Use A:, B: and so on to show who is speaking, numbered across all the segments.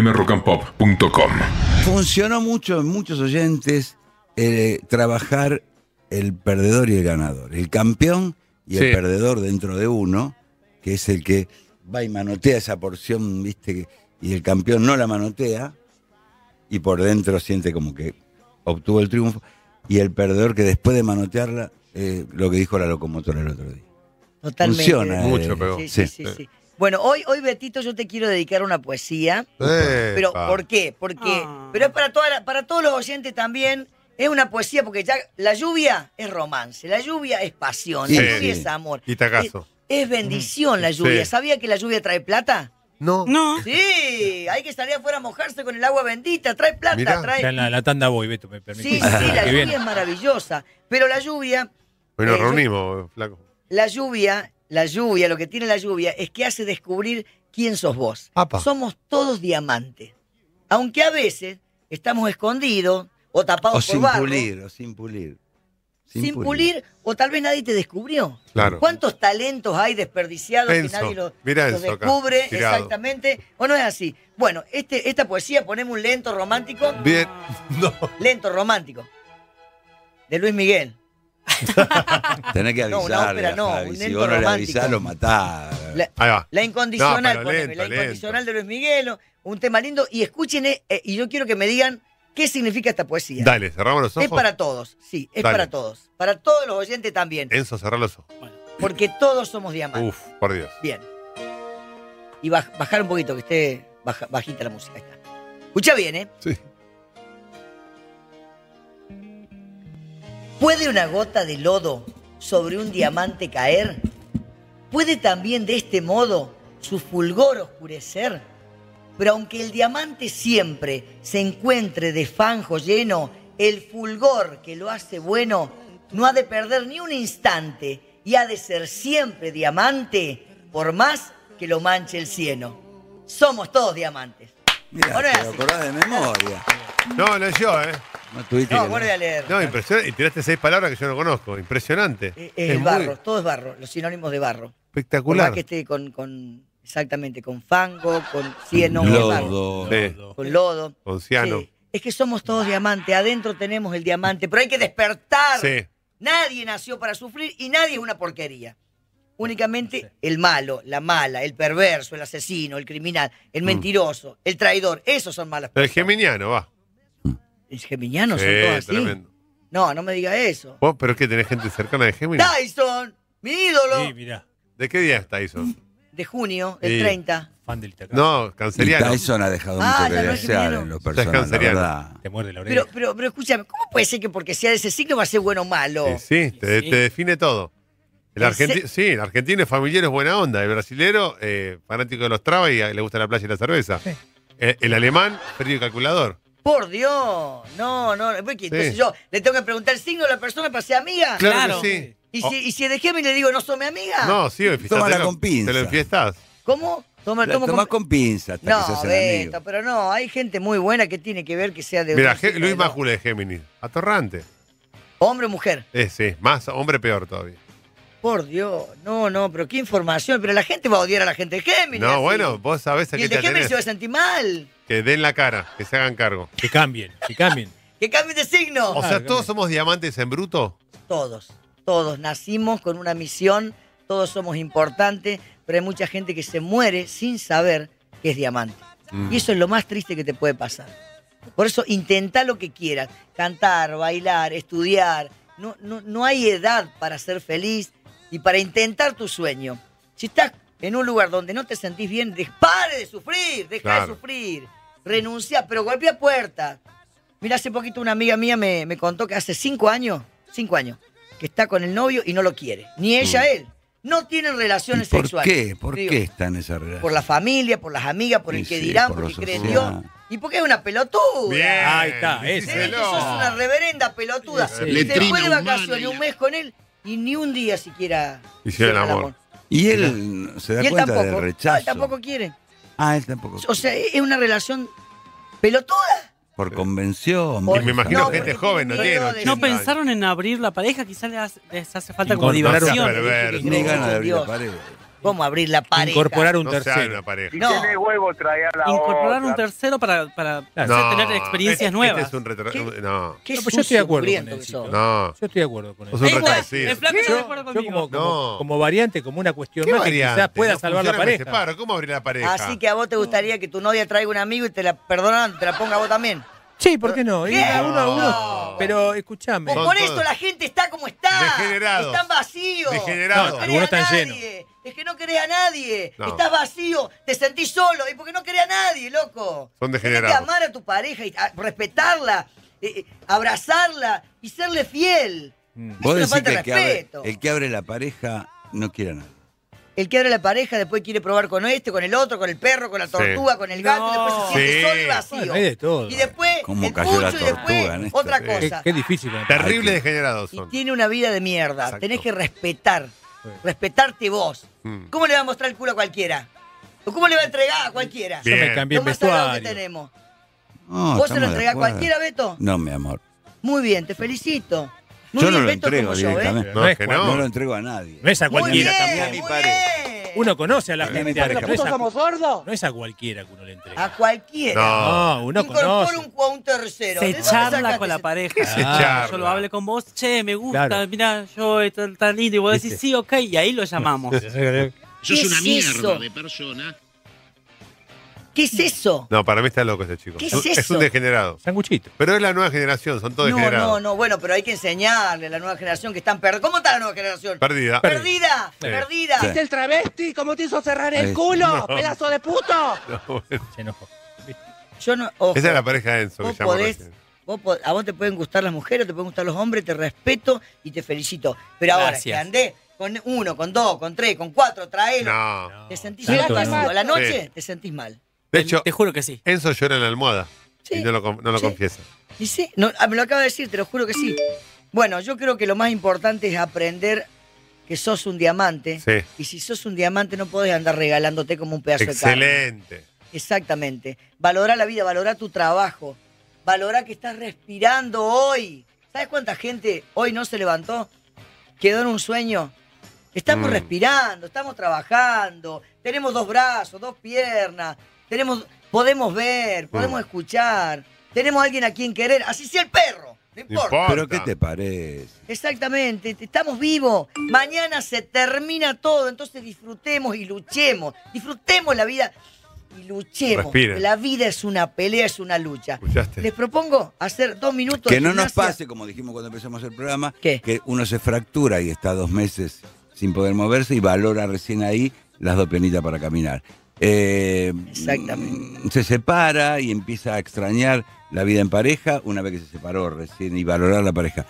A: fmrockandpop.com.
B: Funcionó mucho en muchos oyentes eh, trabajar el perdedor y el ganador. El campeón y el
C: Sí.
B: perdedor dentro de uno, que es el que va y manotea esa porción, ¿viste? que- Y el campeón no la manotea y por dentro siente como que obtuvo el triunfo. Y el perdedor que después de manotearla, eh, lo que dijo la locomotora el otro día.
D: Totalmente.
B: Funciona,
C: Mucho
B: eh,
C: pegó.
D: Sí, sí, sí, sí. Bueno, hoy, hoy, Betito, yo te quiero dedicar una poesía. Pero,
C: Epa.
D: ¿por qué? Porque,
E: Ah.
D: pero es para, toda la- para todos los oyentes también. Es una poesía porque ya la lluvia es romance, la lluvia es pasión,
B: Sí,
D: la lluvia
B: sí.
D: es amor.
C: Y tagazo.
D: Es, es bendición la
C: Sí.
D: lluvia. ¿Sabía que la lluvia trae plata?
C: No.
E: No.
D: Sí, hay que salir afuera a mojarse con el agua bendita, trae plata,
C: Mirá.
D: trae...
F: Ya en la, la tanda voy, Beto, me
D: Sí, sí,
F: permitís.
D: la lluvia
F: Que viene.
D: es maravillosa. Pero la lluvia,
C: Hoy nos
D: Eh,
C: reunimos, flaco.
D: la lluvia, la lluvia, lo que tiene la lluvia es que hace descubrir quién sos vos.
C: Apa.
D: Somos todos diamantes. Aunque a veces estamos escondidos o tapados
B: O
D: por
B: sin
D: barro,
B: pulir, o sin pulir.
D: sin, pulir. o tal vez nadie te descubrió.
C: Claro.
D: ¿Cuántos talentos hay desperdiciados
C: Enzo,
D: que nadie los,
C: mirá
D: los
C: Enzo acá,
D: descubre
C: tirado.
D: exactamente? ¿O no es así? Bueno, este, esta poesía, ponemos un lento romántico.
C: Bien. No.
D: Lento romántico. De Luis Miguel.
B: Tenés que
D: No,
B: avisar.
D: una ópera no, un
B: si
D: lento
B: vos no le
D: romántico.
B: avisás, lo matás.
D: La-
C: Ahí va.
D: La incondicional,
C: No, pero
D: poneme,
C: lento,
D: la incondicional de Luis Miguel, o- un tema lindo. Y escuchen, eh, eh, y yo quiero que me digan qué significa esta poesía.
C: Dale, cerramos los ojos.
D: Es para todos, sí, es
C: Dale.
D: para todos. Para todos los oyentes también,
C: Enzo, cerrar los ojos.
D: porque todos somos diamantes.
C: Uf, por Dios.
D: Bien. Y baj- bajar un poquito, que esté baja- bajita la música. Ahí está. Escucha bien, ¿eh?
C: Sí.
D: ¿Puede una gota de lodo sobre un diamante caer? ¿Puede también de este modo su fulgor oscurecer? Pero aunque el diamante siempre se encuentre de fanjo lleno, el fulgor que lo hace bueno no ha de perder ni un instante y ha de ser siempre diamante, por más que lo manche el cieno. Somos todos diamantes.
B: Mirá,
D: Ahora
B: te
D: sí.
B: lo acordás de memoria.
C: No, no es yo, ¿eh?
B: No tuviste
D: No,
B: que-
D: bueno, voy a leer.
C: No, impresionante. Y tiraste seis palabras que yo no conozco. Impresionante.
D: Eh, eh, el
C: muy
D: barro, todo es barro, los sinónimos de barro. Por más
C: Espectacular.
D: que esté con, con- exactamente, con fango, con cieno, con barro,
B: Lodo.
C: Sí,
D: con lodo.
C: con Ciano.
D: Sí, Es que somos todos diamantes, adentro tenemos el diamante, pero hay que despertar.
C: Sí.
D: Nadie nació para sufrir y nadie es una porquería. Únicamente el malo, la mala, el perverso, el asesino, el criminal, el mentiroso, el traidor, esos son malas
C: El
D: personas.
C: geminiano, va.
D: El geminiano
C: Sí,
D: son todos así.
C: tremendo.
D: No, no me diga eso.
C: ¿Vos, pero es que tenés gente cercana de Géminis?
D: Tyson, mi ídolo,
F: Sí, mirá,
C: ¿De qué día es Tyson?
D: de junio, el
C: Sí.
D: 30.
F: fan del Itacá.
C: No,
B: Y
C: canceriano.
B: Tyson ha dejado
D: Ah,
B: mucho
D: ya
B: que
D: no es
B: desear
D: geminiano.
B: en los
C: Ya es
B: personajes, la
C: canceriano.
B: verdad.
F: Te muerde la oreja.
D: Pero, pero, pero escúchame, ¿cómo puede ser que porque sea de ese signo va a ser bueno o malo?
C: Sí, sí, te,
F: Sí.
C: te define todo. El
D: En se-
C: argentino, sí, el argentino es familiar, es buena onda. El brasilero, eh, fanático de los trabas y a- le gusta la playa y la cerveza. Eh, el alemán, frío y calculador.
D: Por Dios, no, no, no, porque entonces
C: Sí.
D: yo le tengo que preguntar el signo a la persona para ser amiga.
C: Claro,
E: Claro.
C: que sí.
D: Y si, y si es de Géminis le digo, no soy mi amiga.
C: O- no, sí,
B: Tómala
C: te lo,
B: con pinza.
C: Te lo enfiestás.
D: ¿Cómo? Toma,
B: La
D: tomo
B: tomás
D: con-
B: con pinzas hasta que se
D: No,
B: hacen
D: Beto,
B: amigos.
D: pero no, hay gente muy buena que tiene que ver que sea de.
C: Mira,
D: otro signo,
C: Luis
D: ¿no?
C: Májula de Géminis. Atorrante.
D: Hombre o mujer.
C: Eh, sí, más hombre peor todavía.
D: Por Dios, no, no, pero qué información. Pero la gente va a odiar a la gente de Géminis.
C: no,
D: así.
C: bueno, vos sabés a
D: Y
C: qué
D: el
C: te
D: de Géminis
C: tenés.
D: se va a sentir mal.
C: Que den la cara, que se hagan cargo.
F: Que cambien, que cambien.
D: Que cambien de signo.
C: O
F: Claro,
C: sea,
F: que
C: ¿todos
F: me-
C: somos diamantes en bruto?
D: Todos, todos nacimos con una misión, todos somos importantes, pero hay mucha gente que se muere sin saber que es diamante. Y eso es lo más triste que te puede pasar. Por eso intenta lo que quieras, cantar, bailar, estudiar. No, no, no hay edad para ser feliz y para intentar tu sueño. Si estás en un lugar donde no te sentís bien, de- pare de sufrir, deja de
C: Claro.
D: sufrir, renuncia, pero golpea puertas. Mira, hace poquito una amiga mía me, me contó que hace cinco años, cinco años, que está con el novio y no lo quiere. Ni ella, él. No tienen
B: Mm. ¿Y
D: relaciones
B: ¿Por
D: sexuales.
B: qué? ¿Por
D: Digo,
B: qué está en esa relación?
D: Por la familia, por las amigas, por
B: Y
D: el que
B: sí,
D: dirán,
B: por lo
D: porque cree en Dios.
B: social.
D: Y porque es una pelotuda.
F: Ahí está,
D: Se
F: ese.
D: ve que
C: díselo.
D: sos una reverenda pelotuda.
F: Sí,
D: Se
F: sí.
D: fue de vacaciones un mes con él y ni un día siquiera
C: Hicieron amor.
B: Y él se da
D: Y él
B: cuenta
D: tampoco.
B: del
D: no,
B: rechazo.
D: él tampoco quiere.
B: Ah, él tampoco.
D: O sea, es una relación pelotuda.
B: Por convención.
D: Por-
C: Y me imagino
D: No,
C: gente
D: porque
C: joven, no
D: tiene
C: tiene.
D: miedo de-
C: 80
E: No
C: años.
E: pensaron en abrir la pareja, quizás les, hace- les hace falta como
F: Encontrar
E: diversión.
C: un perverso.
B: Tiene ganas de abrir
D: Dios.
B: la pared.
D: ¿Cómo abrir la pareja?
F: Incorporar un pues
C: No se abre
F: tercero.
C: una pareja.
A: Si
D: No.
A: tenés huevo, trae a la
E: Incorporar un
A: otra.
E: tercero para, para
F: Claro.
E: hacer tener
C: este-
E: experiencias
C: este
E: nuevas.
C: es un retra-
D: ¿Qué?
C: No,
D: Qué
F: No, pues yo estoy de acuerdo
D: sufriendo
F: con
D: que
F: Éxito.
D: sos.
C: no.
F: Yo estoy de acuerdo con
C: Sos
F: eso.
C: un
E: Es igual,
C: retorcido.
E: el flaco está de acuerdo
F: Yo, yo
E: conmigo.
F: como, como,
C: No.
F: como variante, como una cuestión
C: ¿Qué
F: más que
C: variante?
F: quizás pueda
C: No
F: salvar la
C: funciona, me
F: pareja.
C: separo. ¿Cómo abrir la pareja?
D: Así que a vos te gustaría que tu novia traiga un amigo y te la perdonan, te la ponga a vos también.
F: Sí, ¿por qué no?
D: ¿Qué?
F: Y cada uno a uno.
C: No.
F: Pero escúchame.
D: Pues
C: Son
D: por
C: todos
D: esto la gente está como está.
C: degenerados.
D: Están vacíos.
C: Degenerados.
D: No querés
F: Algunos
D: a
F: están
D: nadie. Es que no querés a nadie.
C: No.
D: Estás vacío. Te sentís solo. Y porque no querés a nadie, loco.
C: Son
D: Tenés
C: degenerados.
D: que amar a tu pareja y a- respetarla, eh, eh, abrazarla y serle fiel.
F: Mm.
D: Es
B: Vos
D: una
B: decís
D: falta
B: que
D: de
B: el que, eh, abre,
D: respeto.
B: el que abre la pareja no quiere nada.
D: El que abre la pareja después quiere probar con este, con el otro, con el perro, con la
C: Sí.
D: tortuga, con el gato,
E: No.
D: y después se siente
C: Sí.
D: solo y vacío.
F: Bueno, hay de todo.
D: Y después
B: Cómo
D: el
B: cayó la
D: pucho y después
B: tortuga en esto.
D: otra
C: Sí.
F: Qué,
D: cosa.
F: qué difícil. con el trabajo.
C: Terrible degenerados
D: Y
C: son.
D: tiene una vida de mierda.
C: Exacto.
D: Tenés que respetar.
F: Sí.
D: Respetarte vos.
C: Mm.
D: ¿Cómo le va a mostrar el culo a cualquiera? ¿O cómo le va a entregar a cualquiera?
C: Bien.
F: Yo me cambié
D: Lo
F: el
D: más sagrado que
F: vestuario.
D: tenemos.
B: No,
D: ¿Vos se lo
B: estamos de
D: entregás a
B: acuerdo.
D: cualquiera, Beto?
B: No, mi amor.
D: Muy bien, te felicito. Muy
B: yo no
D: bien,
B: lo
D: Beto,
B: entrego
D: como yo, ¿eh?
B: directamente.
C: No,
F: No
C: es
F: es
C: que
B: No.
C: no.
B: lo entrego a nadie.
F: No es a
D: Muy
F: cualquiera
D: bien,
B: ni
F: también.
D: muy
B: pareja.
D: bien.
F: Uno conoce a la
B: Ni a
F: gente.
B: mi
F: no
B: pareja.
F: es a-
E: gordos?
F: No es a cualquiera que uno le
C: Ah.
F: entrega.
D: A cualquiera.
F: No, uno
D: Incorpora
F: conoce.
D: un, a un tercero. ¿De
E: Se
D: dónde
E: charla
D: sacaste
E: con la
D: ese-
E: pareja.
C: se
E: Ah,
C: charla?
E: Yo lo hablé con vos, che, me gusta,
F: Claro.
E: mirá, yo estoy tan lindo. Y vos decís,
F: Viste.
E: sí, ok, y ahí lo llamamos.
G: Sos
D: ¿Qué
G: una
D: es
G: mierda
D: eso?
G: de persona.
D: ¿Qué es eso?
C: No, para mí está loco este chico.
D: ¿Qué es
C: un
D: eso?
C: degenerado.
F: Sanguchito.
C: Pero es la nueva generación, son todos
D: No, no,
C: degenerados.
D: no. Bueno, pero hay que enseñarle a la nueva generación que están perdida. ¿Cómo está la nueva generación?
C: Perdida.
D: Perdida,
F: Sí.
D: perdida.
B: Sí.
H: ¿Viste el travesti? ¿Cómo te hizo cerrar
B: Ahí.
H: el culo?
C: No.
H: ¡Pedazo de puto!
F: Se enojó.
D: Yo no. ojo,
C: Esa es la pareja de Enzo que
D: vos
C: llamó
D: podés-
C: recién.
D: vos po- a vos te pueden gustar las mujeres, te pueden gustar los hombres, te respeto y te felicito. Pero ahora,
E: Gracias.
D: que andé con uno, con dos, con tres, con cuatro, traelo.
C: No.
F: No,
D: Te sentís mal.
F: tanto
D: vacío.
F: no.
D: A la noche
C: Sí.
D: te sentís mal.
C: De hecho,
E: te juro que sí.
C: Enzo llora en la almohada.
D: Sí.
C: Y no lo, com- no lo
D: Sí.
C: confiesa.
D: Y sí, no, ah, me lo acaba de decir, te lo juro que sí. Bueno, yo creo que lo más importante es aprender que sos un diamante.
C: Sí.
D: Y si sos un diamante no podés andar regalándote como un pedazo de carne.
C: Excelente.
D: Exactamente. Valora la vida, valora tu trabajo. Valora que estás respirando hoy. ¿Sabes cuánta gente hoy no se levantó? Quedó en un sueño. Estamos
C: Mm.
D: respirando, estamos trabajando, tenemos dos brazos, dos piernas, tenemos, podemos ver, podemos
C: Mm.
D: escuchar, tenemos a alguien a quien querer, así sea el perro, no
C: No
D: importa.
C: importa.
B: Pero ¿qué te parece?
D: Exactamente, te- estamos vivos. Mañana se termina todo, entonces disfrutemos y luchemos. Disfrutemos la vida y luchemos.
C: Respira.
D: La vida es una pelea, es una lucha.
C: ¿Escuchaste?
D: Les propongo hacer dos minutos
B: Que
D: de
B: no nos
D: gimnasia.
B: pase, como dijimos cuando empezamos el programa,
D: ¿Qué?
B: que uno se fractura y está dos meses sin poder moverse y valora recién ahí las dos piernitas para caminar. Eh,
D: Exactamente.
B: mm, Se separa y empieza a extrañar la vida en pareja una vez que se separó recién y valorar la pareja.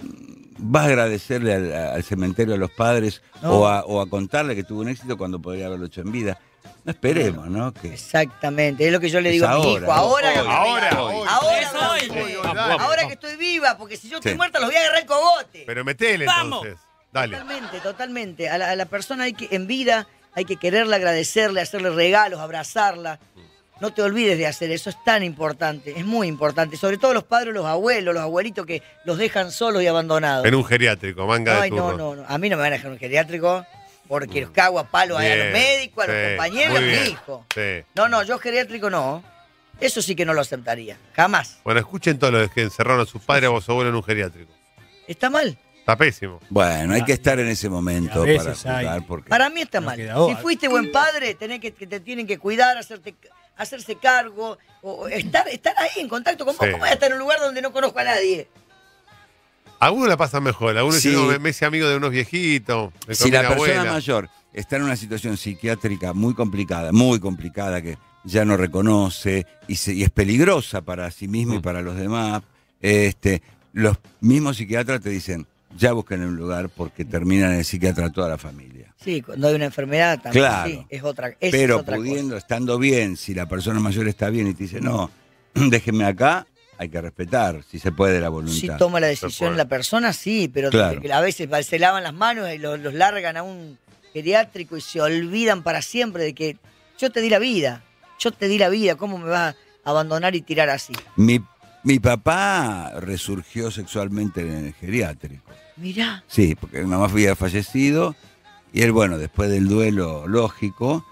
B: Mm, ¿Va a agradecerle al, al cementerio a los padres
D: No.
B: o, a, o a contarle que tuvo un éxito cuando podría haberlo hecho en vida? No esperemos, ¿no? Que,
D: Exactamente, es lo que yo le
B: Es
D: digo a mi
B: ahora, hoy,
D: hijo. Ahora,
C: Ahora,
B: hoy.
C: hoy.
D: Ahora,
E: hoy.
C: Hoy, hoy,
E: Vamos,
C: dale.
D: ahora que estoy viva, porque si yo estoy
B: Sí.
D: muerta los voy a agarrar el cogote.
C: Pero metele
E: Vamos.
C: entonces. Dale.
D: Totalmente, totalmente. A la, a la persona hay que, en vida hay que quererla, agradecerle, hacerle regalos, abrazarla.
C: Mm.
D: No te olvides de hacer eso, es tan importante, es muy importante. Sobre todo los padres, los abuelos, los abuelitos que los dejan solos y abandonados.
C: En un geriátrico, manga de
D: Ay,
C: turno.
D: no,
C: Mm.
D: no, no. A mí no me van a dejar un geriátrico porque los cago a palo a
C: Bien,
D: los médicos, a los
C: sí,
D: compañeros, a
C: muy
D: mi
C: bien.
D: hijo.
C: Sí.
D: No, no, yo geriátrico no. Eso sí que no lo aceptaría, jamás.
C: Bueno, escuchen todos los que encerraron a sus padres o a su abuelo en un geriátrico.
D: ¿Está mal?
C: Está pésimo.
B: bueno,
D: Ah.
B: hay que estar en ese momento
F: Y a
B: para
F: veces hay-
B: jugar porque...
D: Para mí está
F: No
D: mal.
F: queda otra.
D: Si fuiste buen padre, tenés que, que te tienen que cuidar, hacerte, hacerse cargo, o, o estar, estar ahí en contacto con vos.
C: Sí.
D: ¿Cómo voy a estar en un lugar donde no conozco a nadie?
C: Algunos la pasan mejor. Algunos
B: Sí.
C: dicen, "No, me, me hice amigo de unos viejitos. Me
B: Si la
C: comí una
B: persona
C: abuela".
B: mayor está en una situación psiquiátrica muy complicada, muy complicada, que ya no reconoce y, se- y es peligrosa para sí mismo y
C: Mm.
B: para los demás, este, los mismos psiquiatras te dicen, ya busquen un lugar porque terminan en el psiquiatra toda la familia.
D: Sí, cuando hay una enfermedad también.
B: Claro.
D: sí, es otra, esa es
B: Pero
D: otra
B: pudiendo, estando bien, si la persona mayor está bien y te dice, no, déjenme acá, hay que respetar, si se puede, la
D: cosa.
B: voluntad.
D: Si toma la
C: Se puede.
D: decisión la persona, sí, pero
B: Claro.
D: que a veces se lavan las manos y los, los largan a un geriátrico y se olvidan para siempre de que yo te di la vida, yo te di la vida, ¿cómo me vas a abandonar y tirar así?
B: mi, mi papá resurgió sexualmente en el geriátrico.
D: Mirá,
B: Sí, porque mi mamá había fallecido Y él, bueno, después del duelo lógico,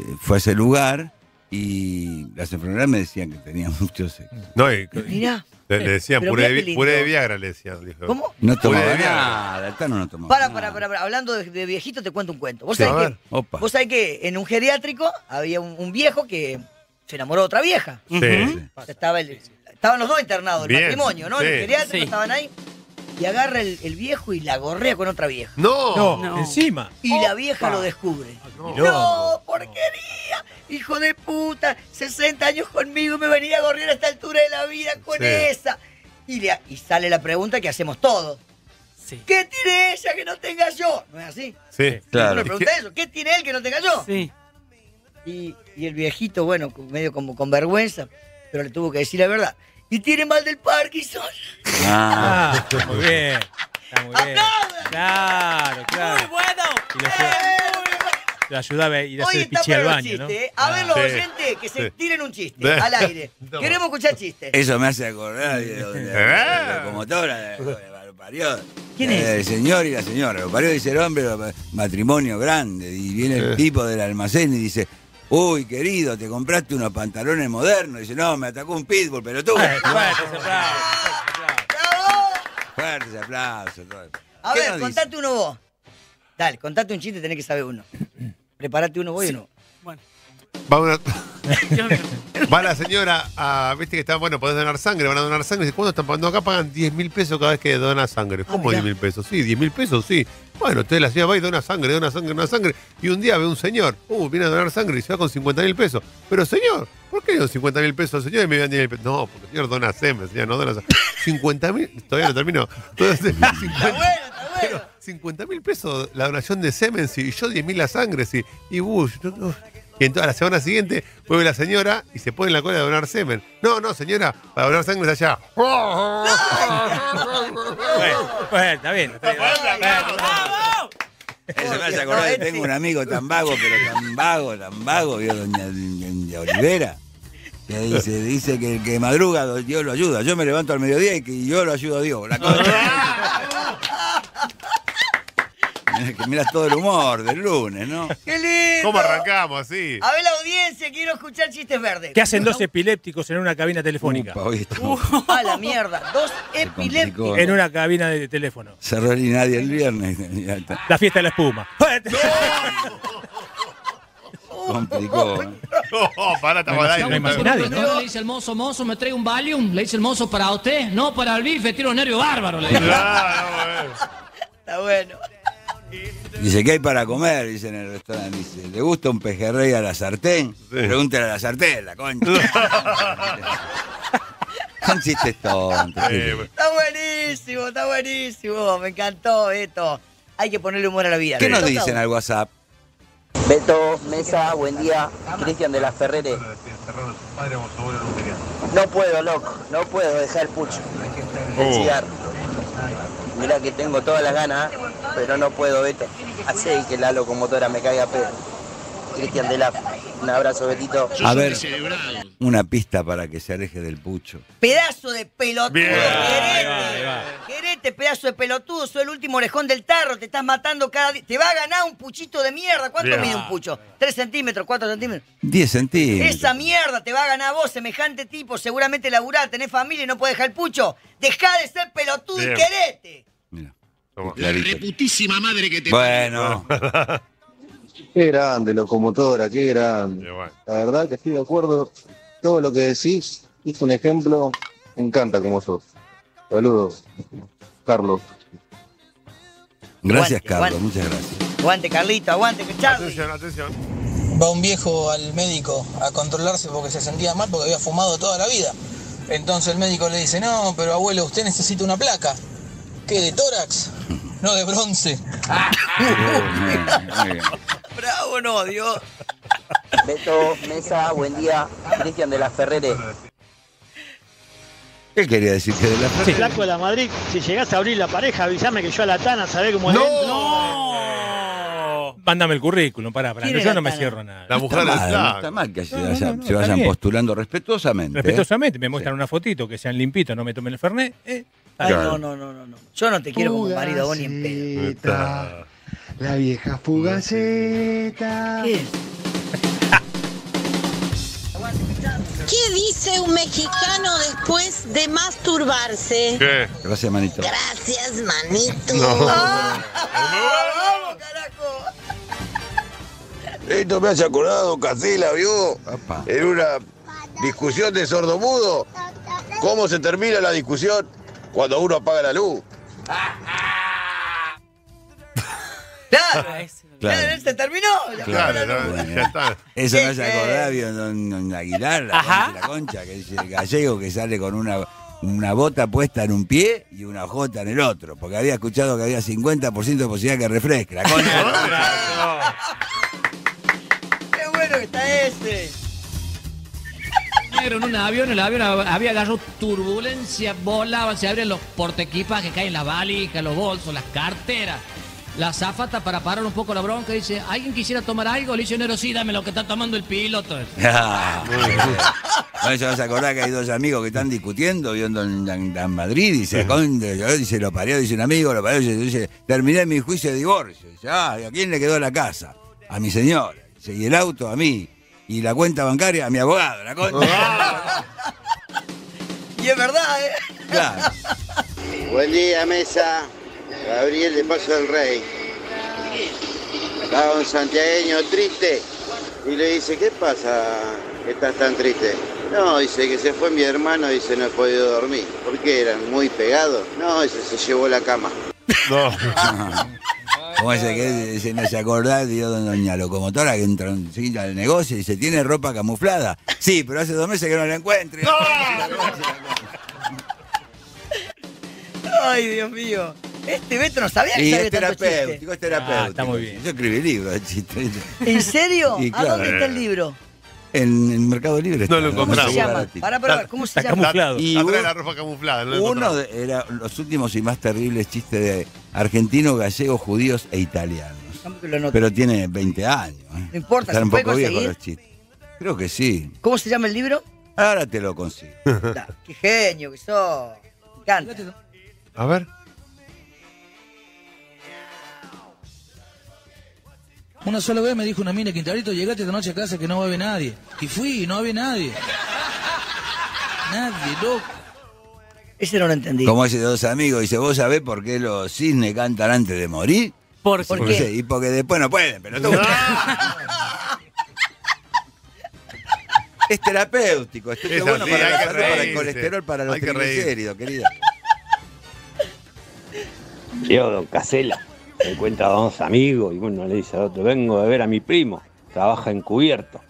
B: eh, fue a ese lugar y las enfermeras me decían que tenía eh, mucho sexo.
C: No, y-
D: Mirá.
C: le, le decían
D: Pero
C: puré de,
D: mirá qué
C: vi- puré de
D: lindo.
C: Viagra, le decían. dijo.
D: ¿Cómo?
B: No
C: Puré
B: tomaba
C: de Viagra.
B: nada, el Tano no tomaba
D: Para,
B: nada.
D: para, para, para. hablando de, de viejito te cuento un cuento. Vos
B: Sí.
D: sabés
B: A
D: que,
B: ver. Opa.
D: vos sabés que en un geriátrico había un, un viejo que se enamoró de otra vieja.
C: Sí.
E: Ujú.
D: O sea, estaba el- estaban los dos internados, el
C: Bien,
D: matrimonio, ¿no? En el
C: sí.
D: geriátrico
E: Sí.
D: estaban ahí. Y agarra el, el viejo y la gorrea con otra vieja.
C: No.
F: No,
E: No.
F: encima.
D: Y la vieja lo descubre.
C: No.
D: No, porquería, hijo de puta, 60 años conmigo, me venía a correr a esta altura de la vida con
C: Sí.
D: esa. Y, le- y sale la pregunta que hacemos todos.
E: Sí.
D: ¿Qué tiene ella que no tenga yo? ¿No es así?
C: Sí.
D: Yo le
B: Claro.
D: pregunté eso, ¿qué tiene él que no tenga yo?
E: Sí.
D: Y, y el viejito, bueno, con- medio como con vergüenza, pero le tuvo que decir la verdad. Y tiene mal del Parkinson.
B: Ah,
F: Ah, está muy bien. Está muy bien.
D: ¡Aplaudan!
F: Claro,
E: Muy
F: claro.
E: bueno.
F: Y lo ayudaba- lo ayudaba a ir a
D: Hoy
F: hacer el
D: está
F: pichi al
D: para los
F: baño,
D: chistes.
F: ¿no? Ah.
D: ¿eh? A ver los
C: Sí.
D: oyentes que se
C: Sí.
D: tiren un chiste al aire.
C: No.
D: Queremos escuchar chistes.
B: eso me hace acordar de, de- de- de la locomotora, de, de- de- lo parió.
D: ¿Quién
B: Eh,
D: es?
B: El señor y la señora. Lo parió, dice el hombre, lo- matrimonio grande. Y viene el
C: Sí.
B: tipo del almacén y dice, uy, querido, te compraste unos pantalones modernos. Y dice, no, me atacó un pitbull, pero tú.
F: Eh, fuerte ese aplauso, fuerte ese aplauso.
D: ¡Bravo!
B: Fuerte ese aplauso. todo.
D: A
B: ¿Qué
D: ver,
B: nos
D: contate uno vos. Dale, contate un chiste, tenés que saber uno. Preparate uno vos y uno.
E: Bueno.
C: Va, una-
E: Dios mío.
C: va la señora a. Viste que está, bueno, podés donar sangre, van a donar sangre. Dice, ¿Cuándo están pagando acá? Pagan 10 mil pesos cada vez que dona sangre.
D: Ah,
C: ¿Cómo
D: mirá.
C: 10 mil pesos? Sí, 10 mil pesos, sí. Bueno, entonces la señora va y dona sangre, dona sangre, dona sangre. Y un día ve un señor, uh, viene a donar sangre y se va con 50 mil pesos. Pero señor, ¿por qué dio 50 mil pesos al señor y me dan 10 mil pesos? No, porque el señor dona semen, señor, no dona sangre. 50 mil, todavía no termino. Entonces, 50
D: Está bueno, está bueno.
C: 50 mil pesos la donación de semen, sí, y yo 10 mil la sangre, sí, y Bush. no, no. Y entonces a la semana siguiente vuelve la señora y se pone en la cola de donar semen. No, no, señora, para donar sangre es allá.
F: Bueno, bueno, está bien. Está bien.
E: ¡Bravo!
B: Eso me hace acordar que tengo un amigo tan vago, pero tan vago, tan vago, vio doña, doña Olivera. Que dice, dice que el que madruga do- Dios lo ayuda. Yo me levanto al mediodía y que yo lo ayudo a Dios. La Miras todo el humor del lunes, ¿no?
D: ¡Qué lindo!
C: ¿Cómo arrancamos así?
D: A ver la audiencia, quiero escuchar chistes verdes.
F: ¿Qué hacen dos epilépticos en una cabina telefónica?
B: Upa, hoy estamos-
D: A la mierda. Dos epilépticos.
B: complicó.
F: En una cabina de teléfono.
B: Cerró ni nadie el viernes. Ya está.
F: La fiesta de la espuma.
B: Complicó. ¿eh?
C: No, pará, estamos al aire.
F: No imagino nadie, ¿no?
A: Le dice el mozo, mozo, me trae un Valium. Le dice el mozo, para usted, no para el bife, tiro un nervio bárbaro. Le dice.
C: Claro, bueno.
D: Está bueno.
B: Dice, ¿qué hay para comer? Dice en el restaurante. Dice, ¿le gusta un pejerrey a la sartén? Pregúntale a la sartén, la concha. Son chistes tontos.
C: Eh, bueno.
D: Está buenísimo, está buenísimo. Me encantó esto. Hay que ponerle humor a la vida.
B: ¿Qué nos
D: Toca
B: dicen
D: uno.
B: al WhatsApp?
G: Beto, Mesa, buen día. Cristian de la Ferrere. No puedo, loco. No puedo dejar el pucho. El
C: Oh.
G: cigarro. Mirá que tengo todas las ganas, ¿eh? pero no puedo, Beto. Hace que la locomotora me caiga a pedo. Cristian de la Un abrazo, Betito.
B: A ver, una pista para que se aleje del pucho.
D: Pedazo de pelotudo,
C: Bien.
F: Ahí va, ahí
D: querete.
F: va.
D: Querete, pedazo de pelotudo, soy el último orejón del tarro, te estás matando cada día. Te va a ganar un puchito de mierda. ¿Cuánto
C: Bien.
D: mide un pucho? ¿Tres centímetros? ¿Cuatro centímetros?
B: 10 centímetros.
D: Esa mierda te va a ganar vos, semejante tipo. Seguramente laburá, tenés familia y no podés dejar el pucho. Dejá de ser pelotudo y
C: Bien.
D: querete.
B: Mira,
C: Toma.
B: clarito. Bueno,
I: Qué grande, locomotora, qué grande.
C: Eh, bueno.
I: La verdad que estoy de acuerdo. Todo lo que decís es un ejemplo. Me encanta como sos. Saludos, Carlos.
B: gracias
D: Aguante,
B: Carlos,
D: aguante.
B: muchas gracias.
D: Aguante, Carlito, aguante, Charlie.
C: Atención, atención.
G: Va un viejo al médico a controlarse porque se sentía mal porque había fumado toda la vida. Entonces el médico le dice, no, pero abuelo, usted necesita una placa. ¿Qué, de tórax? No, de bronce.
B: Muy bien.
D: Bravo, no, Dios.
G: Beto, Mesa, buen día. Cristian de la Ferrere.
B: ¿Qué quería decir que de la frase?
J: Flaco de la Madrid, si llegás a abrir la pareja, avísame que yo a la Tana sabés cómo es.
C: No,
E: ¡No!
F: Mándame el currículum, pará, pará.
D: ¿Quién
F: Yo
D: era
F: no me
D: Tana?
F: cierro nada.
C: la mujer
B: Está
C: del
B: mal, no está
C: flaco.
B: mal que se,
F: No, no,
B: vayan-
F: no,
B: se
F: está
B: vayan
F: bien.
B: postulando respetuosamente. ¿eh?
F: Respetuosamente, me muestran una fotito que sean limpitos, no me tomen el Fernet. eh,
D: Ay,
F: dale.
D: no, no, no, no, no. Yo no te quiero como marido, vos ni en pedo.
C: Está.
K: La vieja fugaceta.
L: ¿Qué dice un mexicano después de masturbarse?
C: ¿Qué?
B: Gracias, manito.
L: Gracias, manito.
B: No.
M: Esto me hace acordado, Casela, ¿vio? En una discusión de sordomudo. ¿Cómo se termina la discusión? Cuando uno apaga la luz.
D: Claro,
B: Claro.
D: se terminó. Ya fue la luz.
B: ya está. Eso me hace acordar, vio, don, don Aguilar, la
D: Ajá.
B: concha, la concha, que es el gallego que sale con una, una bota puesta en un pie y una jota en el otro, porque había escuchado que había 50% de posibilidad que refresque. La concha.
D: Qué bueno que está ese.
A: Negro en un avión, el avión hab- había agarrado turbulencia, volaban, se abren los portequipas que caen las valijas, los bolsos, las carteras. La zafata para parar un poco la bronca dice, ¿alguien quisiera tomar algo? Le dice, Nero, sí, dame lo que está tomando el piloto.
B: Ah, no, eso vas a acordar que hay dos amigos que están discutiendo, vio en, don- en- en Madrid, y se conde, yo, dice, lo parió, dice un amigo, lo parió, dice, dice, terminé mi juicio de divorcio. Dice, ah, ¿y ¿a quién le quedó la casa? A mi señora. Dice, y el auto a mí. Y la cuenta bancaria a mi abogado, la concha.
D: Y es verdad, ¿eh?
B: Claro.
N: Buen día, mesa. Gabriel de Paso del Rey. Estaba un santiagueño triste y le dice, ¿qué pasa que estás tan triste? No, dice que se fue mi hermano, dice, no he podido dormir. ¿Por qué eran muy pegados? No, dice, se llevó la cama.
B: Como ese que se me hace acordar, digo, don- doña locomotora que entra un- sí, al negocio y dice, ¿tiene ropa camuflada? Sí, pero hace dos meses que no la encuentro.
D: Ay, Dios mío. Este Beto no sabía que
B: Y
D: sabía
B: es
D: tanto
B: terapéutico, es terapéutico.
F: Ah, está muy bien.
B: Yo escribí libros de chistes.
D: chiste. ¿En serio?
B: Y
D: ¿A
B: claro.
D: dónde está el libro?
B: En el Mercado Libre.
C: No lo
D: ¿Cómo se
C: encontramos.
D: llama? Pará, pará, ¿cómo se llama?
B: Y
C: Y atrás
B: uno-
C: de la ropa camuflada. no lo
B: Uno
C: encontramos.
B: de- era los últimos y más terribles chistes de argentinos, gallegos, judíos e italianos.
D: Lo anoto.
B: Pero tiene 20 años. ¿eh?
D: No importa,
B: Están
D: ¿se
B: un
D: puede
B: poco viejos
D: conseguir?
B: los chistes. Creo que sí.
D: ¿Cómo se llama el libro?
B: Ahora te lo consigo.
D: Qué genio que sos. Me encanta.
C: A ver.
K: Una sola vez me dijo una mina, Quintarito, llegaste esta noche a casa que no va a haber nadie. Y fui y no había nadie. Nadie, loco.
D: Ese no lo entendí.
B: Como ese de dos amigos, dice, ¿vos sabés por qué los cisnes cantan antes de morir?
E: ¿Por
D: ¿Por qué?
B: Sí, Y porque después no pueden, pero tú. Es terapéutico, es,
C: Es
B: bueno
C: así,
B: para,
C: hay
B: la
C: que
B: sangre, para el
C: reírse.
B: colesterol, para los
C: Hay que reírse.
B: triglicéridos, querida.
O: Yo, don Casela, encuentra a dos amigos y uno le dice al otro, vengo de ver a mi primo, trabaja encubierto.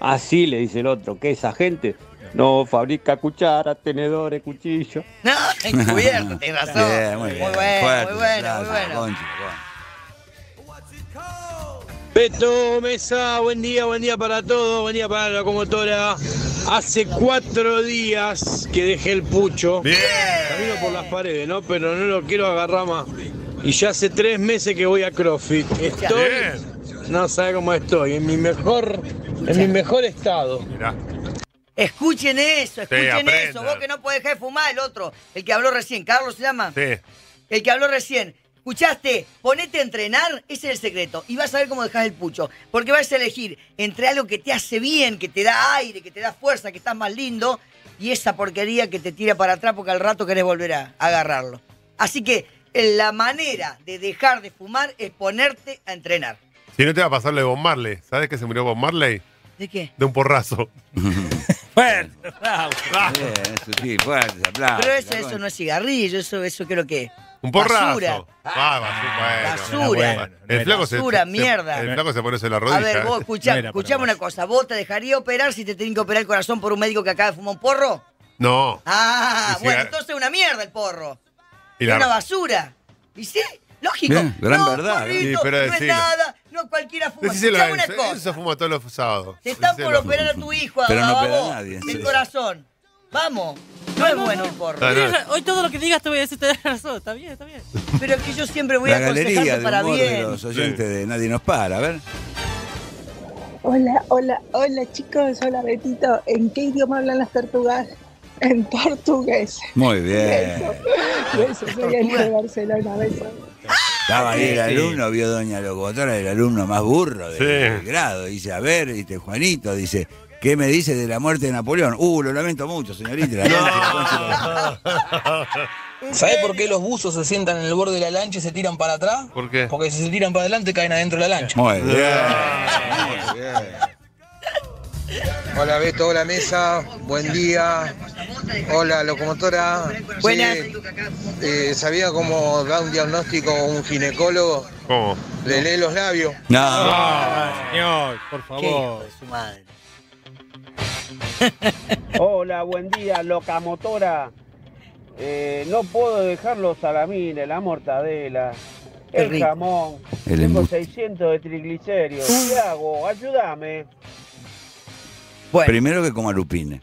O: Así le dice el otro, ¿qué esa gente? No, fabrica cucharas, tenedores, cuchillos.
D: No, encubierto, tenés razón.
O: Bien, muy
D: muy,
O: bien.
D: bueno,
O: Fuerte,
D: muy bueno, muy
O: aplauso,
D: bueno.
P: Beto Mesa, buen día, buen día para todos, buen día para la locomotora. Hace cuatro días que dejé el pucho. Camino por las paredes, ¿no? Pero no lo quiero agarrar más. Y ya hace tres meses que voy a CrossFit. Estoy. No sabe cómo estoy. En mi mejor. En mi mejor estado.
D: Escuchen eso, escuchen
P: aprendan.
D: eso. Vos que no podés dejar de fumar, el otro, el que habló recién, Carlos se llama. El que habló recién. ¿Escuchaste? Ponete a entrenar, ese es el secreto. Y vas a ver cómo dejas el pucho. Porque vas a elegir entre algo que te hace bien, que te da aire, que te da fuerza, que estás más lindo, y esa porquería que te tira para atrás porque al rato querés volver a agarrarlo. Así que eh, la manera de dejar de fumar es ponerte a entrenar.
C: Si no te va a pasar lo de Bob Marley. ¿Sabes que se murió Bob Marley?
D: ¿De qué?
C: De un porrazo.
F: Fuerte, bravo.
B: Bien, eso sí, fuerte, aplausos.
D: Ah. Pero eso, eso no es cigarrillo, eso, eso creo que es.
C: Un porrazo.
D: Basura.
C: Ah, basura. bueno.
D: basura.
C: Bueno, el flaco se-
D: Basura,
C: se-
D: mierda.
C: El flaco se pone eso en la rodilla. ¿eh?
D: A ver, vos, escuchá-
C: No era para
D: escuchame una cosa. ¿Vos te dejaría operar si te tienen que operar el corazón por un médico que acaba de fumar un porro?
C: No.
D: Ah,
C: Sí, sí,
D: bueno,
C: ah.
D: entonces una mierda el porro.
C: Y
D: Es
C: la-
D: una basura. ¿Y sí? Lógico.
C: Bien, gran
D: no,
C: verdad,
D: porrito,
C: sí, pero
D: no es
C: decilo.
D: nada, no cualquiera fuma.
C: Decíselo a
D: Escuchame una
C: Enzo.
D: cosa.
C: Enzo fuma todos los sábados.
D: Te están por
C: Decíselo.
D: operar a tu hijo,
C: Pero no
D: a
C: opera a
D: vos,
C: nadie,
D: del
C: sí.
D: corazón. Vamos. Ah, No es bueno el porro.
C: No, no.
E: Hoy todo lo que digas te voy a decir, tenés razón. Está bien, está bien.
D: Pero es que yo siempre voy a
B: La galería
D: aconsejarte
B: de
D: para
B: humor de
D: bien.
B: los oyentes de Nadie Nos Para, a ver.
Q: Hola, hola, hola chicos, hola Betito. ¿En qué idioma hablan las tortugas? En portugués.
B: Muy bien.
Q: Besos, soy Ani de Barcelona, besos.
B: Estaba ahí el
C: Ah, Sí.
B: alumno, vio Doña Locomotora, el alumno más burro del, del grado. Dice, a ver, dice, Juanito, dice, ¿qué me dice de la muerte de Napoleón? Uh, lo lamento mucho, señorita. la
K: ¿Sabés por qué los buzos se sientan en el borde de la lancha y se tiran para atrás?
C: ¿Por qué?
K: Porque si se tiran para adelante caen adentro de la lancha.
B: Muy bien.
R: Hola Beto, hola mesa, buen día. Hola locomotora.
S: Buenas.
R: Che, eh, ¿Sabía cómo da un diagnóstico un ginecólogo?
C: ¿Cómo?
R: Le lee los labios.
P: Ah. señor, por
R: Qué hijo de
P: su madre.
T: Hola, buen día, loca motora. Eh, no puedo dejar los salamines, la mortadela,
R: Qué
T: el
R: rico.
T: jamón.
B: El
T: Tengo
B: embuste.
T: 600 de triglicéridos. ¿Qué hago? Ayúdame.
B: Primero que coma lupines.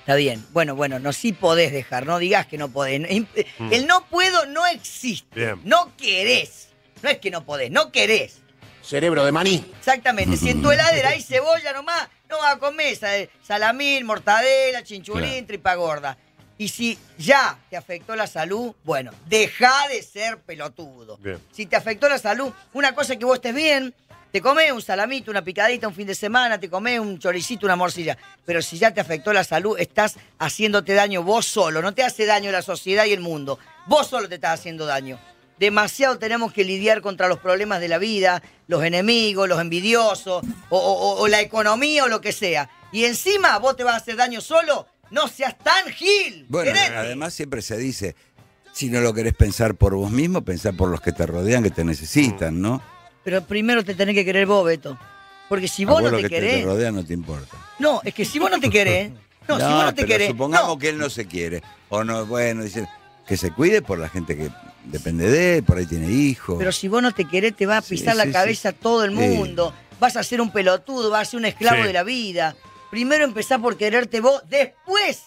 D: Está bien. Bueno, bueno, no sí podés dejar, no digas que no podés. No, imp-
B: Mm.
D: El no puedo no existe.
B: Bien.
D: No querés. No es que no podés, no querés.
R: Cerebro de maní.
D: Exactamente. Si en tu heladera hay cebolla nomás, no vas a comer sa- salamín, mortadela, chinchulín, tripa gorda. Y si ya te afectó la salud, bueno, deja de ser pelotudo.
C: Bien.
D: Si te afectó la salud, una cosa es que vos estés bien, te comés un salamito, una picadita un fin de semana, te comés un choricito, una morcilla. Pero si ya te afectó la salud, estás haciéndote daño vos solo. No te hace daño la sociedad y el mundo. Vos solo te estás haciendo daño. Demasiado tenemos que lidiar contra los problemas de la vida, los enemigos, los envidiosos, o, o- o- o la economía o lo que sea. Y encima vos te vas a hacer daño solo. No seas tan gil.
B: Bueno,
D: Querete.
B: además siempre se dice, si no lo querés pensar por vos mismo, pensá por los que te rodean, que te necesitan, ¿no?
D: Pero primero te tenés que querer vos, Beto. Porque si vos
B: A
D: no
B: Ah, lo
D: te
B: que te-
D: querés.
B: te rodean no te importa.
D: No, es que si vos no te querés. No, si vos no te
B: pero
D: querés.
B: Supongamos que él no se quiere. O no, bueno, dicen que se cuide por la gente que depende de él, por ahí tiene hijos.
D: Pero si vos no te querés, te va a pisar
B: sí,
D: la
B: sí.
D: cabeza todo el
B: Sí.
D: mundo. Vas a ser un pelotudo, vas a ser un esclavo
B: Sí.
D: de la vida. Primero empezá por quererte vos, después,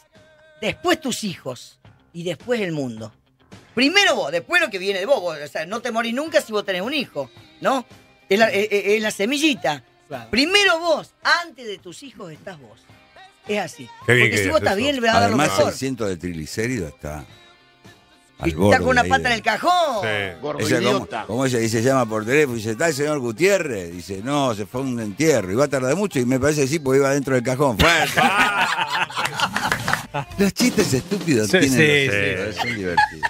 D: después tus hijos y después el mundo. Primero vos, después lo que viene de vos. vos, o sea, no te morís nunca si vos tenés un hijo, ¿no? Es la, es- es- es la semillita. Primero vos, antes de tus hijos estás vos. Es así.
B: Qué bien
D: Porque
B: que
D: si vos
B: digas
D: estás
B: eso.
D: bien, le vas a dar lo
B: Además,
D: mejor.
B: el ciento de triglicéridos está. Al
D: Está con una
B: ahí
D: pata
B: de-
D: en el cajón.
B: Ella, como, como ella dice, llama por teléfono y dice, ¿está el señor Gutiérrez? Dice, no, se fue a un entierro. Y va a tardar mucho y me parece que sí, porque iba dentro del cajón. Fuerte. Los chistes estúpidos
F: Sí,
B: tienen
F: sí,
B: los
F: sí.
B: héroes, son divertidos.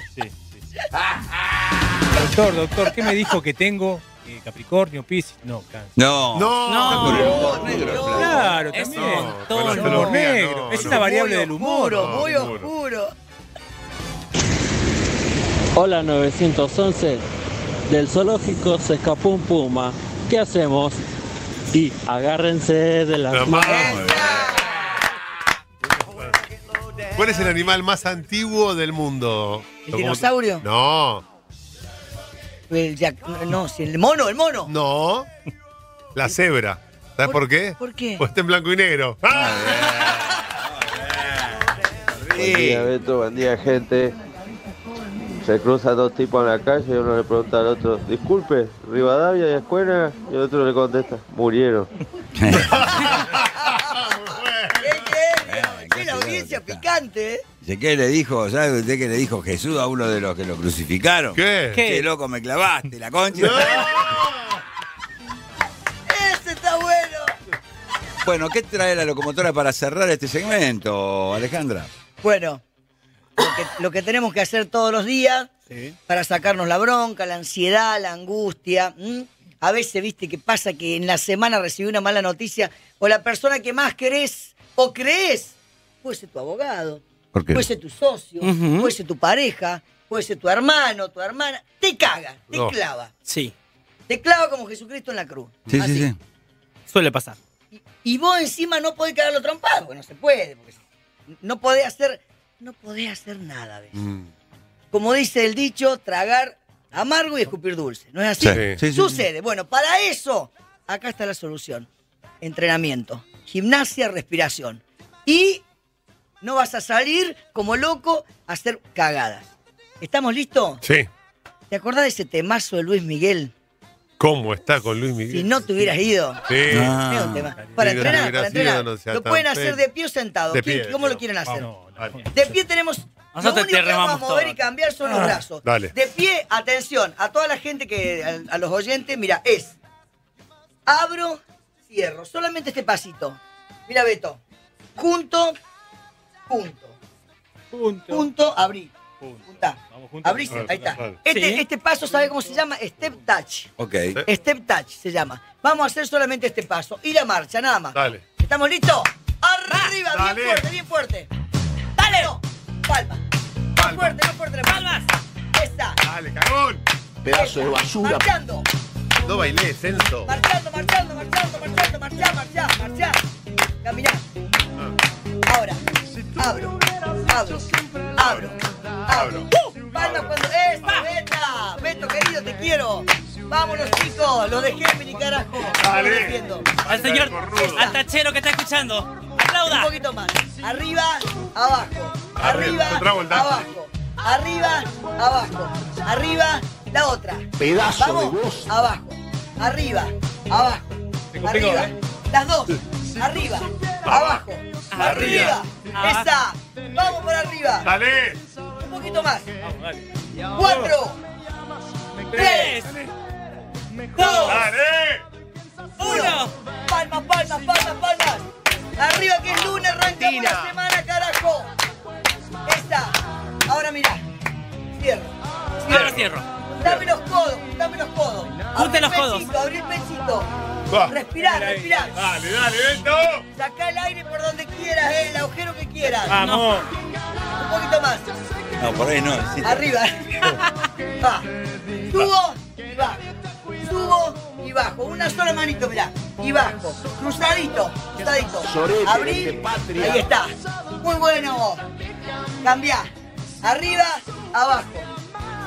F: Doctor, doctor, ¿qué me dijo que tengo? Eh, Capricornio, Piscis. No, cáncer.
B: No.
F: No.
B: Está con el humor negro, Flavio.
F: Claro,
B: Es
F: también.
B: no,
F: Todo
B: con la
F: el humor
B: astrología,
F: negro.
B: no,
F: es
B: no.
F: una variable
D: Muy
F: del humor.
D: oscuro, muy oscuro.
J: Hola 911. Del zoológico se escapó un puma. ¿Qué hacemos? Y agárrense de las manos.
C: ¿Cuál es el animal más antiguo del mundo?
D: ¿El dinosaurio?
C: No.
D: El Jack- no, si el mono, el mono.
C: No. La cebra. ¿Sabes por, qué?
D: ¿Por qué?
C: Pues está en blanco y negro. Ah,
U: Buen día, Beto, buen día, gente. Se cruzan dos tipos en la calle y uno le pregunta al otro, disculpe, Rivadavia y Escuela, y el otro le contesta, murieron.
D: Qué la audiencia picante, ¿eh?
B: Ezequiel le dijo, ¿sabe usted qué le dijo Jesús a uno de los que lo crucificaron?
C: ¿Qué?
B: Qué,
C: ¿Qué?
B: loco, me clavaste la concha.
D: Ese está bueno.
B: Bueno, ¿qué trae la locomotora para cerrar este segmento, Alejandra?
D: Bueno, lo que, lo que tenemos que hacer todos los días para sacarnos la bronca, la ansiedad, la angustia. ¿m? A veces, viste, que pasa que en la semana recibí una mala noticia o la persona que más querés o crees puede ser tu abogado,
B: ¿Por qué?
D: puede ser tu socio,
F: Ujú.
D: puede ser tu pareja, puede ser tu hermano, tu hermana. Te caga, te
F: No.
D: clava.
F: Sí.
D: Te clava como Jesucristo en la cruz.
B: Sí, sí, sí.
F: Suele pasar.
D: Y vos encima no podés cagarlo trompado, porque no se puede. porque no podés hacer, no podés hacer nada. ¿ves?
B: Mm.
D: Como dice el dicho, tragar amargo y escupir dulce. ¿No es así?
B: Sí, sí, sí, sí.
D: Sucede. Bueno, para eso, acá está la solución. Entrenamiento, gimnasia, respiración. Y no vas a salir como loco a hacer cagadas. ¿Estamos listos?
C: Sí.
D: ¿Te acordás de ese temazo de Luis Miguel?
C: ¿Cómo está con Luis Miguel?
D: Si no te hubieras ido.
C: Sí.
E: Ah.
D: Es un tema. Para
C: Si
D: entrenar,
C: no hubiera
D: para
C: sido,
D: entrenar.
C: no sea
D: lo
C: tan
D: pueden hacer
C: feo.
D: de pie o sentado.
C: De
D: ¿Quién-
C: pie, Ah,
D: ¿Cómo lo
C: no.
D: quieren hacer?
C: Vamos.
D: De pie tenemos Lo
E: Nosotros
D: único
E: te
D: que vamos a
E: remamos
D: mover
E: todo. Ah.
D: y cambiar son los brazos.
C: Dale.
D: De pie, atención, a toda la gente que, a, a los oyentes, mira, es abro, cierro, solamente este pasito. Mira, Beto, junto, punto. Punto. Punto, abrí. Junta. Abrí,
B: Claro,
D: ahí está.
B: claro.
D: Este,
B: Sí.
D: este paso, ¿sabe cómo se llama? Step touch.
B: Ok.
D: Step touch se llama. Vamos a hacer solamente este paso. Y la marcha, nada más.
C: Dale.
D: ¿Estamos listos? Arriba, bien fuerte, bien fuerte. Ah, Dale. No, palma. No fuerte, no fuerte. Palmas. Esta.
C: Dale, cagón.
D: Pedazo de basura. Marchando,
C: No bailé, censo.
D: marchando, marchando, marchando, marchando, marcha, marcha, marcha. Caminá. Ahora. Abro. Abro. Abro. Abro. Uh, Palma cuando. ¡Esta! ¡Beta! ¡Beto, querido, te quiero! ¡Vámonos, chicos! ¡Los dejé, mi carajo! Lo defiendo.
E: Al señor, al tachero que está escuchando.
D: Un
E: Aplauda.
D: poquito más. Arriba, abajo. Arriba,
E: otra vuelta.
D: abajo. Arriba, abajo. Arriba, la otra.
H: Pedazo de
D: Vamos, Abajo. Arriba, abajo.
H: complicó,
D: Arriba.
H: ¿eh?
D: Las dos. Arriba, abajo. Arriba. Esa. Vamos por arriba.
C: Dale.
D: Un poquito más. Cuatro. Tres. Dos. Uno. Palmas, palmas, palmas, palmas. Arriba que es lunes, arrancamos la semana, carajo. Esta. Ahora mirá. Cierro.
E: Ahora cierro.
D: Dame los codos, dame los codos.
E: Junte los
D: Abrí el
E: codos.
D: pechito, Abrí el pechito.
E: Va.
D: Respirá, respirá.
E: Dale, dale,
C: Beto.
D: Sacá el aire por donde quieras, eh, el agujero que quieras.
B: Vamos.
D: Un poquito más.
B: No, por ahí no. sí.
D: Arriba. va. Subo y bajo. Subo y bajo. Una sola manito, mirá. Y bajo. Cruzadito. Cruzadito.
H: Sorete,
D: Abrí.
H: vete, patria.
D: Ahí está. Muy bueno. Cambiá. Arriba, abajo.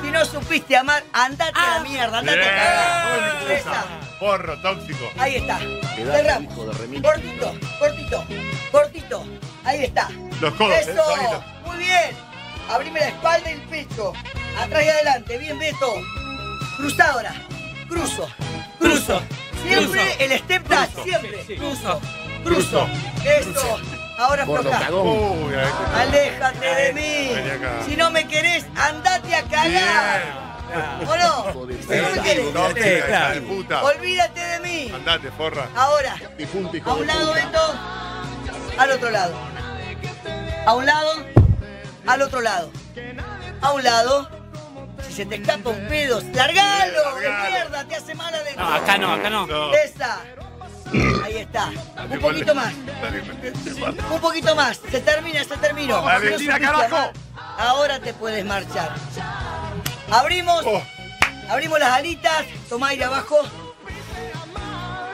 D: Si no supiste amar, andate a la mierda. Andate a cagar. Esa.
C: Porro tóxico.
D: Ahí está.
C: Pedazo,
D: Cerramos.
C: hijo de remil.
D: Cortito, cortito, cortito. Ahí está.
C: Los codos, ¿eh?
D: Eso.
C: Solito.
D: Muy bien. Abrime la espalda y el pecho. Atrás y adelante. Bien, Beto. Cruza ahora. Cruzo. Cruzo. Siempre
E: Cruzo.
D: el step touch. Siempre. Cruzo. Cruzo. Eso. Ahora
C: Gordo
D: afloja.
C: cagón. Uy, ahí está.
D: Aléjate de
C: Vení acá.
D: mí. Si no me querés, andate a cagar. ¿O no? Si no me querés.
C: No, sí, hija de puta.
D: Olvídate de mí.
C: Andate, forra.
D: Ahora, a un lado eh. Beto, al otro lado. A un lado, al otro lado. A un lado. Si se te escapa un pedo, largalo, de mierda, te hace mala de
E: No, acá no, acá no. Ah, No.
D: Esa. Ahí está. Un poquito más. Un poquito más. Se termina, se terminó.
H: Vamos,
D: Si no
H: Argentina,
D: supiste
H: carajo.
D: amar, Ahora te puedes marchar. Abrimos.
H: Oh.
D: Abrimos las alitas. Toma aire abajo.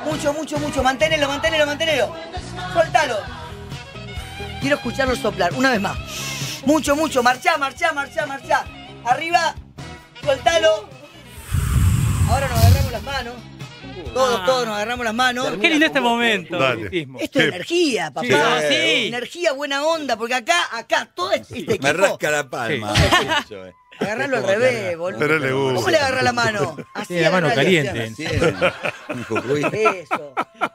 D: Mucho, mucho, mucho. Manténelo, manténelo, manténelo. Suéltalo. Quiero escucharlo soplar. Una vez más. Mucho, mucho. Marcha, marcha, marcha, marcha. Arriba. Suéltalo. Ahora nos agarramos las manos. Todos, todos nos agarramos las manos.
E: Qué lindo este momento.
D: Esto es energía, papá. Ah,
E: Sí, sí.
D: Energía, buena onda, porque acá, acá, todo este equipo.
B: Me rasca la palma. mucho, eh.
D: Agarrarlo al revés, boludo.
B: Pero le gusta.
D: ¿Cómo le agarra la mano?
F: Tiene la mano
D: agarrale, así
F: caliente.
D: Eh, Eso. Ah,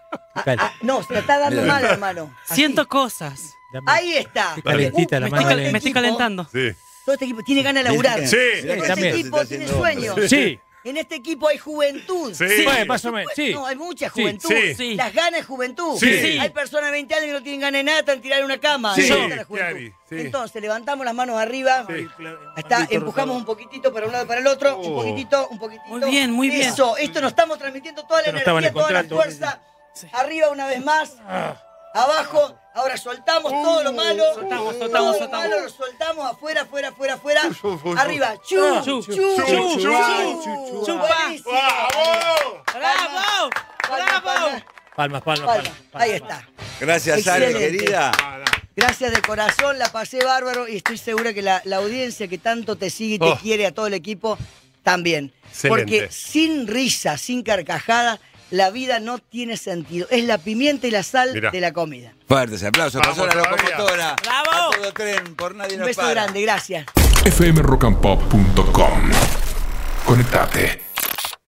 D: ah, no, se la está dando
F: Mira.
D: mal, hermano.
E: Siento cosas.
D: Ahí está.
F: Qué calentita
D: Uh,
F: la
D: me
F: mano.
D: estoy cal-
F: Belén.
D: me estoy calentando.
C: Sí.
D: Todo este equipo tiene ganas de laburar.
F: Sí.
D: Todo
F: Sí,
D: este
F: también.
D: equipo tiene sueños.
F: Sí.
D: En este equipo hay juventud.
F: Sí. Sí, bueno, más o menos, sí.
D: No, hay mucha
F: Sí,
D: juventud.
F: sí. Sí.
D: Las ganas de juventud.
F: Sí. Sí.
D: Hay personas de 20 años que no tienen ganas de nada, están tirar en una cama.
F: Sí.
D: Ahí está la
F: Sí,
D: juventud.
F: Chiari, sí.
D: Entonces, levantamos las manos arriba.
F: Sí.
D: Ahí está, empujamos un poquitito para un lado y para el otro. Un
E: Oh.
D: poquitito, un poquitito.
E: Muy bien, muy bien.
D: Eso, esto nos estamos transmitiendo toda la
E: Esto no estaba en
D: energía,
E: el
D: toda la
E: contrato.
D: fuerza. Arriba una vez más. Abajo, ahora soltamos todo lo malo. todo
E: soltamos, soltamos,
D: lo
E: soltamos.
D: malo lo soltamos afuera, afuera, afuera, afuera.
E: chu.
D: Arriba, chu,
E: Ah,
D: chu,
E: chu,
D: chu,
E: chu, chu, chu,
D: chu.
E: chu.
D: Buenísimo.
E: ¡Bravo!
D: ¡Bravo! ¡Bravo!
F: Palmas, palmas,
D: Palmas.
F: palmas.
D: Ahí está.
B: Gracias, Sara,
D: Excelente.
B: querida.
D: Gracias de corazón, la pasé bárbaro y estoy segura que la, la audiencia que tanto te sigue y te
B: Oh.
D: quiere a todo el equipo también.
B: Excelente.
D: Porque sin risa, sin carcajada, la vida no tiene sentido. Es la pimienta y la sal
B: Mirá.
D: de la comida.
B: Fuertes aplausos. Pasó
D: Vamos
B: la
D: todavía.
B: locomotora.
D: ¡Bravo!
B: Todo tren, por nadie
D: Un
B: nos
D: beso
B: para.
D: grande, gracias.
S: fmrockandpop.com. Conectate.